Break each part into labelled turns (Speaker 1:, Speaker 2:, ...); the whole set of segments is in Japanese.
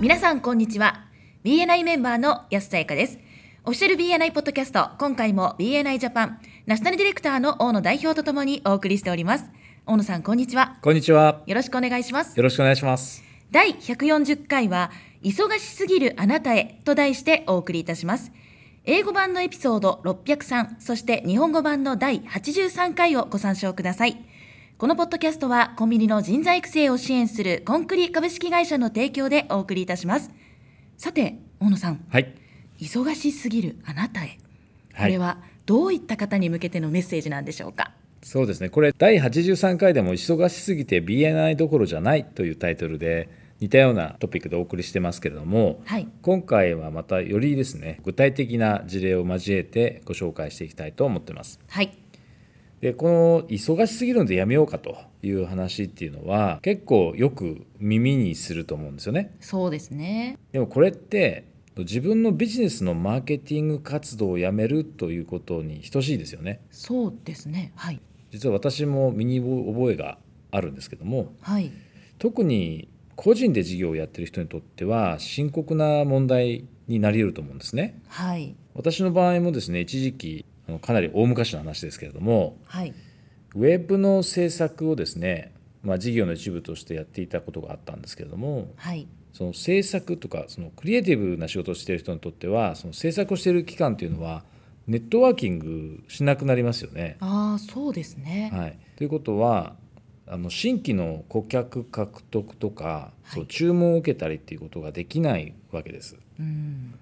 Speaker 1: 皆さんこんにちは BNI メンバーの安田彩香ですオフィシャル BNI ポッドキャスト今回も BNI ジャパンナショナルディレクターの大野代表とともにお送りしております大野さんこんにちは
Speaker 2: こんにちは。
Speaker 1: よろしくお願いします
Speaker 2: よろしくお願いします。
Speaker 1: 第140回は「忙しすぎるあなたへ」と題してお送りいたします英語版のエピソード603そして日本語版の第83回をご参照くださいこのポッドキャストはコンビニの人材育成を支援するコンクリ株式会社の提供でお送りいたしますさて大野さん
Speaker 2: はい。
Speaker 1: 忙しすぎるあなたへこ
Speaker 2: はい
Speaker 1: れはどういった方に向けてのメッセージなんでしょうか、
Speaker 2: そうですね。これ第83回でも忙しすぎて BNI どころじゃないというタイトルで似たようなトピックでお送りしてますけれども、
Speaker 1: はい
Speaker 2: 今回はまたよりですね、具体的な事例を交えてご紹介していきたいと思ってます。
Speaker 1: はい
Speaker 2: で、この忙しすぎるのでやめようかという話っていうのは結構よく耳にすると思うんですよね。
Speaker 1: そうですね
Speaker 2: でもこれって自分のビジネスのマーケティング活動をやめるということに等しいですよね。
Speaker 1: そうですねはい
Speaker 2: 実は私も身に覚えがあるんですけども
Speaker 1: はい
Speaker 2: 特に個人で事業をやってる人にとっては深刻な問題になり得ると思うんですね
Speaker 1: はい
Speaker 2: 私の場合もですね一時期あのかなり大昔の話ですけれども
Speaker 1: はい
Speaker 2: ウェブの制作をですね、まあ、事業の一部としてやっていたことがあったんですけれども
Speaker 1: はい
Speaker 2: その制作とかそのクリエイティブな仕事をしている人にとってはその制作をしている期間というのはネットワーキングしなくなりますよね。
Speaker 1: ああそうですね、
Speaker 2: はい、ということはあの新規の顧客獲得とか、
Speaker 1: はい
Speaker 2: そう注文を受けたりっていうことができないわけです。
Speaker 1: うん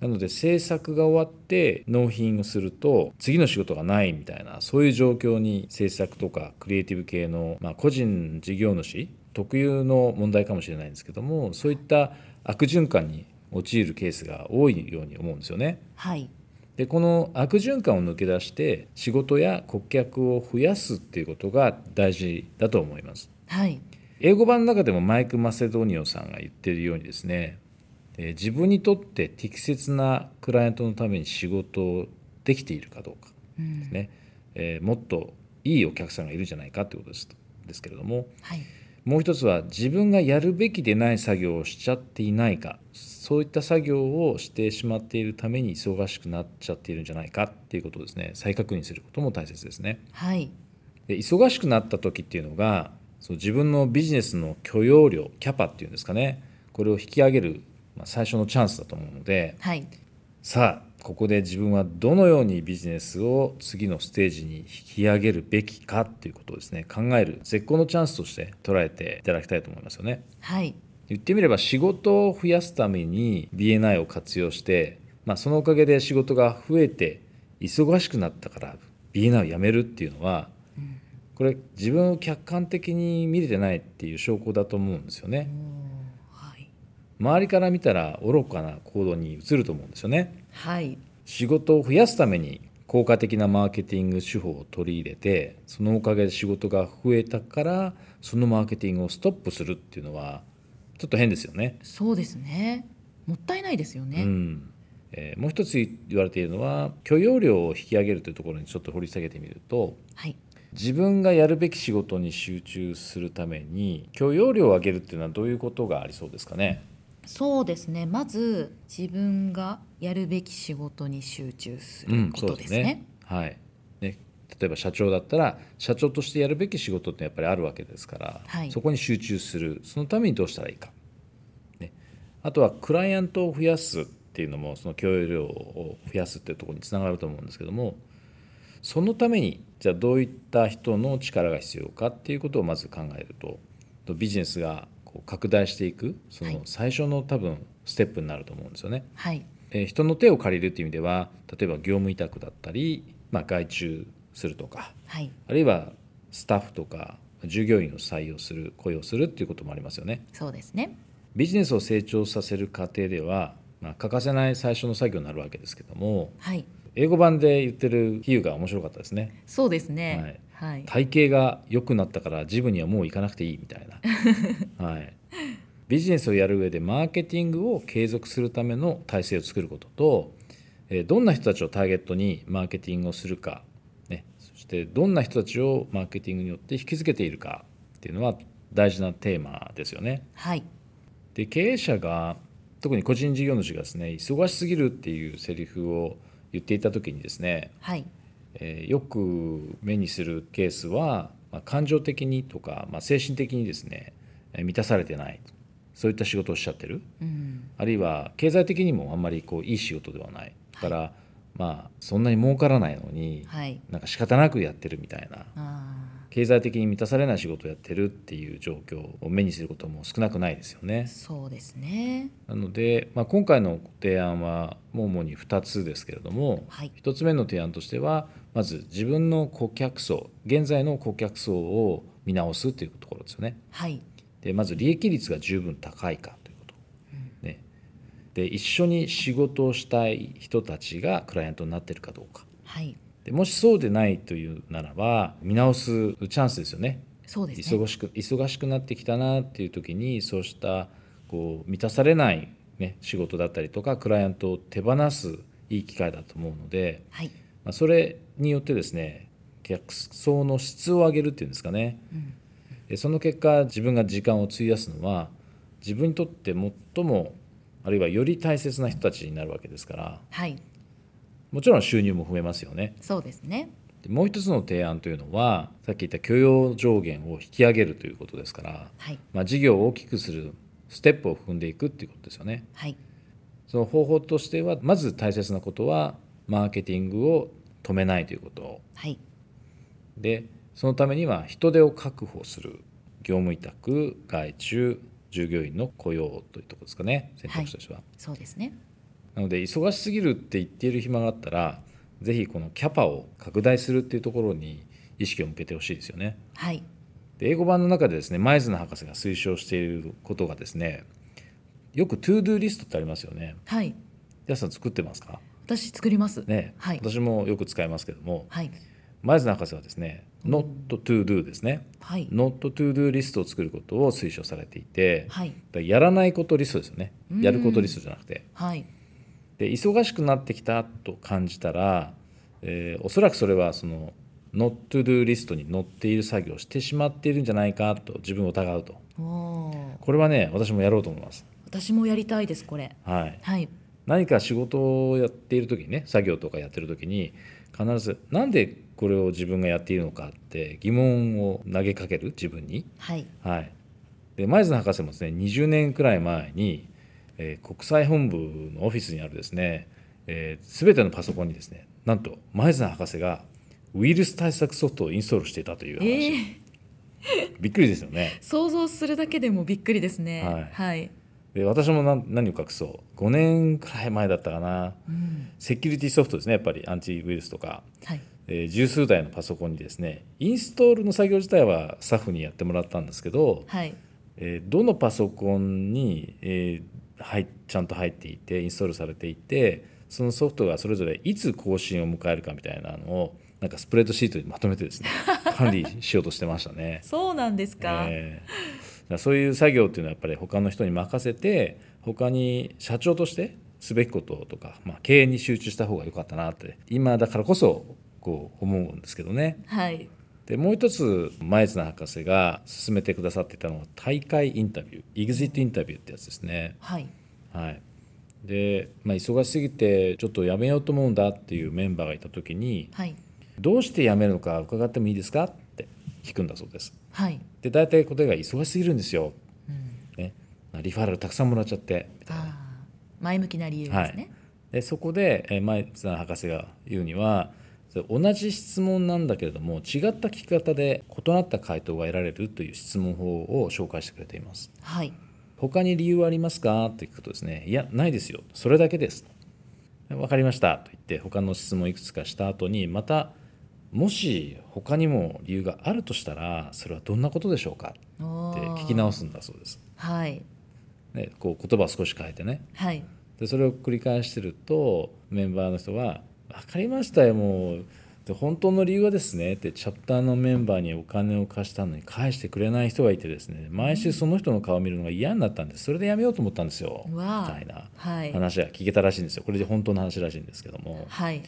Speaker 2: なので制作が終わって納品をすると次の仕事がないみたいなそういう状況に制作とかクリエイティブ系の、まあ、個人事業主特有の問題かもしれないんですけどもそういった悪循環に陥るケースが多いように思うんですよね。
Speaker 1: はい
Speaker 2: でこの悪循環を抜け出して仕事や顧客を増やすっていうことが大事だと思います
Speaker 1: はい
Speaker 2: 英語版の中でもマイク・マセドニオさんが言っているようにですねえー自分にとって適切なクライアントのために仕事をできているかどうか
Speaker 1: うん
Speaker 2: ね、えーもっといいお客さんがいるんじゃないかということですですけれども
Speaker 1: はい
Speaker 2: もう一つは自分がやるべきでない作業をしちゃっていないかそういった作業をしてしまっているために忙しくなっちゃっているんじゃないかっていうことをですね再確認することも大切ですね
Speaker 1: はい
Speaker 2: で忙しくなった時っていうのがその自分のビジネスの許容量キャパっていうんですかねこれを引き上げる、まあ、最初のチャンスだと思うので
Speaker 1: はい
Speaker 2: さあここで自分はどのようにビジネスを次のステージに引き上げるべきかっていうことをですね考える絶好のチャンスとして捉えていただきたいと思いますよね。
Speaker 1: はい
Speaker 2: 言ってみれば仕事を増やすために BNI を活用して、まあ、そのおかげで仕事が増えて忙しくなったから BNI をやめるっていうのはこれ自分を客観的に見れてないっていう証拠だと思うんですよ
Speaker 1: お
Speaker 2: ね。
Speaker 1: ーはい
Speaker 2: 周りから見たら愚かな行動に移ると思うんですよね。
Speaker 1: はい
Speaker 2: 仕事を増やすために効果的なマーケティング手法を取り入れてそのおかげで仕事が増えたからそのマーケティングをストップするっていうのはちょっと変ですよね。
Speaker 1: そうですねもったいないですよね、
Speaker 2: うんえーもう一つ言われているのは許容量を引き上げるというところにちょっと掘り下げてみると
Speaker 1: はい
Speaker 2: 自分がやるべき仕事に集中するために許容量を上げるっていうのはどういうことがありそうですかね、
Speaker 1: そうですねまず自分がやるべき仕事に集中することですね,、
Speaker 2: はいね例えば社長だったら社長としてやるべき仕事ってやっぱりあるわけですから、
Speaker 1: はい
Speaker 2: そこに集中するそのためにどうしたらいいか、ね、あとはクライアントを増やすっていうのもその許容量を増やすっていうところにつながると思うんですけどもそのためにじゃあどういった人の力が必要かっていうことをまず考えるととビジネスがこう拡大していくそ
Speaker 1: はい
Speaker 2: の最初の多分ステップになると思うんですよね。
Speaker 1: はい
Speaker 2: えー人の手を借りるという意味では例えば業務委託だったり、まあ、外注するとか
Speaker 1: はい
Speaker 2: あるいはスタッフとか従業員を採用する雇用するっていうこともありますよね
Speaker 1: そうですね
Speaker 2: ビジネスを成長させる過程では、まあ、欠かせない最初の作業になるわけですけども
Speaker 1: はい
Speaker 2: 英語版で言ってる比喩が面白かったですね
Speaker 1: そうですねはい、
Speaker 2: 体型が良くなったからジムにはもう行かなくていいみたいな、はい、ビジネスをやる上でマーケティングを継続するための体制を作ることとえーどんな人たちをターゲットにマーケティングをするか、ね、そしてどんな人たちをマーケティングによって引き付けているかっていうのは大事なテーマですよね。
Speaker 1: はい
Speaker 2: で経営者が特に個人事業主がですね忙しすぎるっていうセリフを言っていた時にですね、
Speaker 1: はい
Speaker 2: えーよく目にするケースは、まあ、感情的にとか、まあ、精神的にですねえー満たされてないそういった仕事をしちゃってる
Speaker 1: うん
Speaker 2: あるいは経済的にもあんまりこういい仕事ではないだから、まあそんなに儲からないのに、
Speaker 1: はい
Speaker 2: なんか仕方なくやってるみたいな
Speaker 1: あ
Speaker 2: 経済的に満たされない仕事をやってるっていう状況を目にすることも少なくないですよね
Speaker 1: ー。そうですね
Speaker 2: なので、まあ、今回の提案はもう主に2つですけれども、
Speaker 1: はい
Speaker 2: 1つ目の提案としてはまず自分の顧客層現在の顧客層を見直すというところですよね。
Speaker 1: はい
Speaker 2: でまず利益率が十分高いかということ、ね、で一緒に仕事をしたい人たちがクライアントになってるかどうか
Speaker 1: はい
Speaker 2: でもしそうでないというならば見直すチャンスですよね
Speaker 1: そうですね
Speaker 2: 忙しく忙しくなってきたなっていう時にそうしたこう満たされない、ね、仕事だったりとかクライアントを手放すいい機会だと思うので、
Speaker 1: はい
Speaker 2: まあ、それによってですね客層の質を上げるっていうんですかね、
Speaker 1: うん
Speaker 2: でその結果自分が時間を費やすのは自分にとって最もあるいはより大切な人たちになるわけですから
Speaker 1: はい
Speaker 2: もちろん収入も増えますよね。
Speaker 1: そうですね
Speaker 2: でもう一つの提案というのはさっき言った許容上限を引き上げるということですから、
Speaker 1: はい
Speaker 2: まあ、事業を大きくするステップを踏んでいくっていうことですよね。
Speaker 1: はい
Speaker 2: その方法としてはまず大切なことはマーケティングを止めないということ
Speaker 1: はい
Speaker 2: でそのためには人手を確保する業務委託外注従業員の雇用というところですかね選択肢としては、
Speaker 1: そうですね
Speaker 2: なので忙しすぎるって言っている暇があったらぜひこのキャパを拡大するっていうところに意識を向けてほしいですよね
Speaker 1: はい
Speaker 2: で英語版の中でですね舞鶴博士が推奨していることがですねよく To Do リストってありますよね
Speaker 1: はい
Speaker 2: 皆さん作ってますか
Speaker 1: 私作ります
Speaker 2: ね、
Speaker 1: はい
Speaker 2: 私もよく使いますけども
Speaker 1: はい
Speaker 2: 舞鶴博士はですね Not to do ですね
Speaker 1: はい
Speaker 2: ノットトゥードゥリストを作ることを推奨されていて、
Speaker 1: はい
Speaker 2: だからやらないことリストですよね
Speaker 1: うん
Speaker 2: やることリストじゃなくて
Speaker 1: はい
Speaker 2: で忙しくなってきたと感じたら、えーおそらくそれはそのノットトゥードゥリストに載っている作業をしてしまっているんじゃないかと自分を疑うと
Speaker 1: おお
Speaker 2: これはね私もやろうと思います、
Speaker 1: 私もやりたいですこれ
Speaker 2: はい、
Speaker 1: はい
Speaker 2: 何か仕事をやっている時にね作業とかやってる時に必ずなんでこれを自分がやっているのかって疑問を投げかける自分に
Speaker 1: はい
Speaker 2: はい、で前津博士もですね20年くらい前に、えー国際本部のオフィスにあるですね、えー、全てのパソコンにですねなんと前津博士がウイルス対策ソフトをインストールしていたという
Speaker 1: え
Speaker 2: 話、
Speaker 1: ー、
Speaker 2: びっくりですよね
Speaker 1: 想像するだけでもびっくりですね
Speaker 2: はい
Speaker 1: はい、
Speaker 2: で私も何何を隠そう5年くらい前だったかな
Speaker 1: うん
Speaker 2: セキュリティソフトですねやっぱりアンチウイルスとか、
Speaker 1: はい、
Speaker 2: えー十数台のパソコンにですねインストールの作業自体はスタッフにやってもらったんですけど、
Speaker 1: はい、
Speaker 2: えーどのパソコンに、えー入っちゃんと入っていてインストールされていてそのソフトがそれぞれいつ更新を迎えるかみたいなのをなんかスプレッドシートにまとめてですね管理しようとしてましたね。
Speaker 1: そうなんですか、
Speaker 2: えーだからそういう作業っていうのはやっぱり他の人に任せて他に社長としてすべきこととか、まあ、経営に集中した方が良かったなって今だからこそこう思うんですけどね。
Speaker 1: はい
Speaker 2: でもう一つ前綱博士が進めてくださっていたのは大会インタビューエグジットインタビューってやつですね。
Speaker 1: はい
Speaker 2: はい、で、まあ、忙しすぎてちょっとやめようと思うんだっていうメンバーがいた時に
Speaker 1: はい
Speaker 2: 「どうして辞めるのか伺ってもいいですか?」って聞くんだそうです。
Speaker 1: はい、
Speaker 2: で大体答えが「忙しすぎるんですよ
Speaker 1: うん、」
Speaker 2: ね「リファラルたくさんもらっちゃって」みたいな
Speaker 1: あー前向きな理由ですね
Speaker 2: でそこでえー前綱博士が言うにはそう同じ質問なんだけれども違った聞き方で異なった回答が得られるという質問法を紹介してくれています
Speaker 1: はい、
Speaker 2: 他に理由はありますかということですねいやないですよそれだけですわかりましたと言って他の質問をいくつかした後にまたもし他にも理由があるとしたらそれはどんなことでしょうか
Speaker 1: お
Speaker 2: って
Speaker 1: ー
Speaker 2: 聞き直すんだそうです、
Speaker 1: はい
Speaker 2: ね、こう言葉を少し変えてね
Speaker 1: はい
Speaker 2: でそれを繰り返してるとメンバーの人は「分かりましたよもう」で本当の理由はですねってチャプターのメンバーにお金を貸したのに返してくれない人がいてですね毎週その人の顔を見るのが嫌になったんですそれでやめようと思ったんですよみ
Speaker 1: うわあ
Speaker 2: たいな
Speaker 1: はい
Speaker 2: 話が聞けたらしいんですよこれで本当の話らしいんですけども
Speaker 1: はい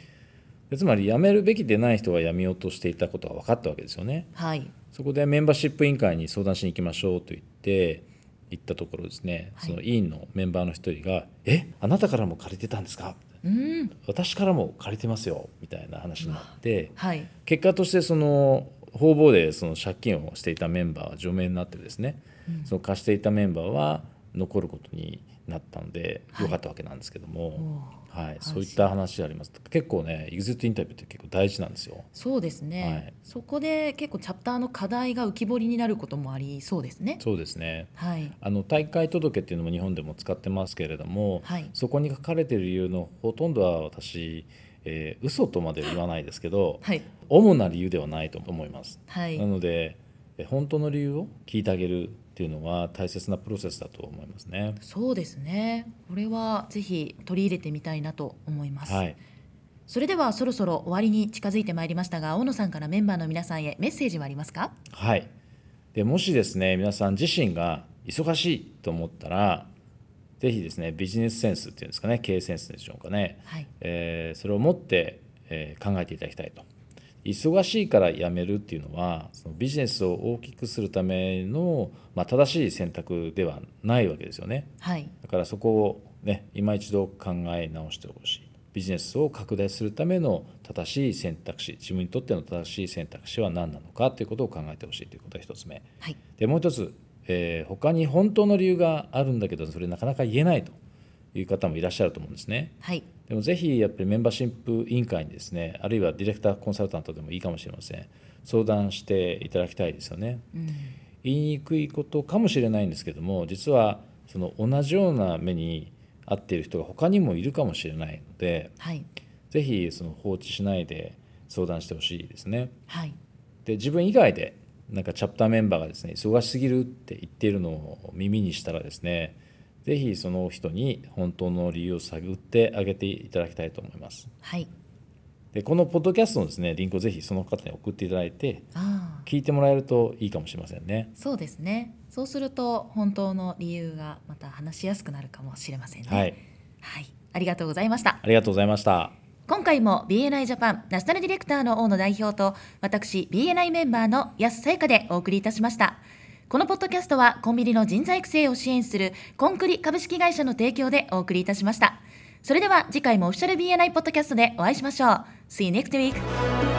Speaker 2: でつまり辞めるべきでない人が辞めようとしていたことが分かったわけですよね。
Speaker 1: はい
Speaker 2: そこでメンバーシップ委員会に相談しに行きましょうと言って行ったところですね、
Speaker 1: はい
Speaker 2: その委員のメンバーの一人が「えあなたからも借りてたんですか?」
Speaker 1: うん
Speaker 2: 私からも借りてますよみたいな話になって
Speaker 1: はい
Speaker 2: 結果としてその方々でその借金をしていたメンバーは除名になってですね、その貸していたメンバーは残ることになったので
Speaker 1: はい
Speaker 2: 良かったわけなんですけども、はい
Speaker 1: 安心
Speaker 2: そういった話あります結構ねエグゼットインタビューって結構大事なんですよ。
Speaker 1: そうですね、
Speaker 2: はい
Speaker 1: そこで結構チャプターの課題が浮き彫りになることもありそうですね
Speaker 2: そうですね
Speaker 1: はい
Speaker 2: あの大会届っていうのも日本でも使ってますけれども、
Speaker 1: はい
Speaker 2: そこに書かれている理由のほとんどは私、えー嘘とまでは言わないですけど、
Speaker 1: はい
Speaker 2: 主な理由ではないと思います。
Speaker 1: はい
Speaker 2: なのでえ本当の理由を聞いてあげるっていうのは大切なプロセスだと思いますね。
Speaker 1: そうですねこれはぜひ取り入れてみたいなと思います、
Speaker 2: はい、
Speaker 1: それではそろそろ終わりに近づいてまいりましたが大野さんからメンバーの皆さんへメッセージはありますか
Speaker 2: はい、でもしですね皆さん自身が忙しいと思ったらぜひですねビジネスセンスっていうんですかね経営センスでしょうかね、
Speaker 1: はい
Speaker 2: えーそれを持って、えー考えていただきたいと。忙しいから辞めるっていうのはそのビジネスを大きくするための、まあ、正しい選択ではないわけですよね。
Speaker 1: はい
Speaker 2: だからそこをね今一度考え直してほしいビジネスを拡大するための正しい選択肢自分にとっての正しい選択肢は何なのかということを考えてほしいということが一つ目
Speaker 1: はい
Speaker 2: でもう一つ、えー他に本当の理由があるんだけどそれなかなか言えないという方もいらっしゃると思うんですね
Speaker 1: はい
Speaker 2: でもぜひやっぱりメンバーシップ委員会にですねあるいはディレクターコンサルタントでもいいかもしれません相談していただきたいですよね
Speaker 1: うん
Speaker 2: 言いにくいことかもしれないんですけども実はその同じような目に遭っている人が他にもいるかもしれないので
Speaker 1: はい
Speaker 2: ぜひその放置しないで相談してほしいですね。
Speaker 1: はい
Speaker 2: で自分以外でなんかチャプターメンバーがですね忙しすぎるって言っているのを耳にしたらですねぜひその人に本当の理由を探ってあげていただきたいと思います。
Speaker 1: はい
Speaker 2: でこのポッドキャストのですねリンクをぜひその方に送っていただいて
Speaker 1: ああ
Speaker 2: 聞いてもらえるといいかもしれませんね。
Speaker 1: そうですねそうすると本当の理由がまた話しやすくなるかもしれませんね
Speaker 2: はい、
Speaker 1: はい、ありがとうございました
Speaker 2: ありがとうございました。
Speaker 1: 今回も BNI ジャパンナショナルディレクターの大野代表と私 BNI メンバーの安さやかでお送りいたしましたこのポッドキャストはコンビニの人材育成を支援するコンクリ株式会社の提供でお送りいたしましたそれでは次回もオフィシャル BNI ポッドキャストでお会いしましょう See you next week!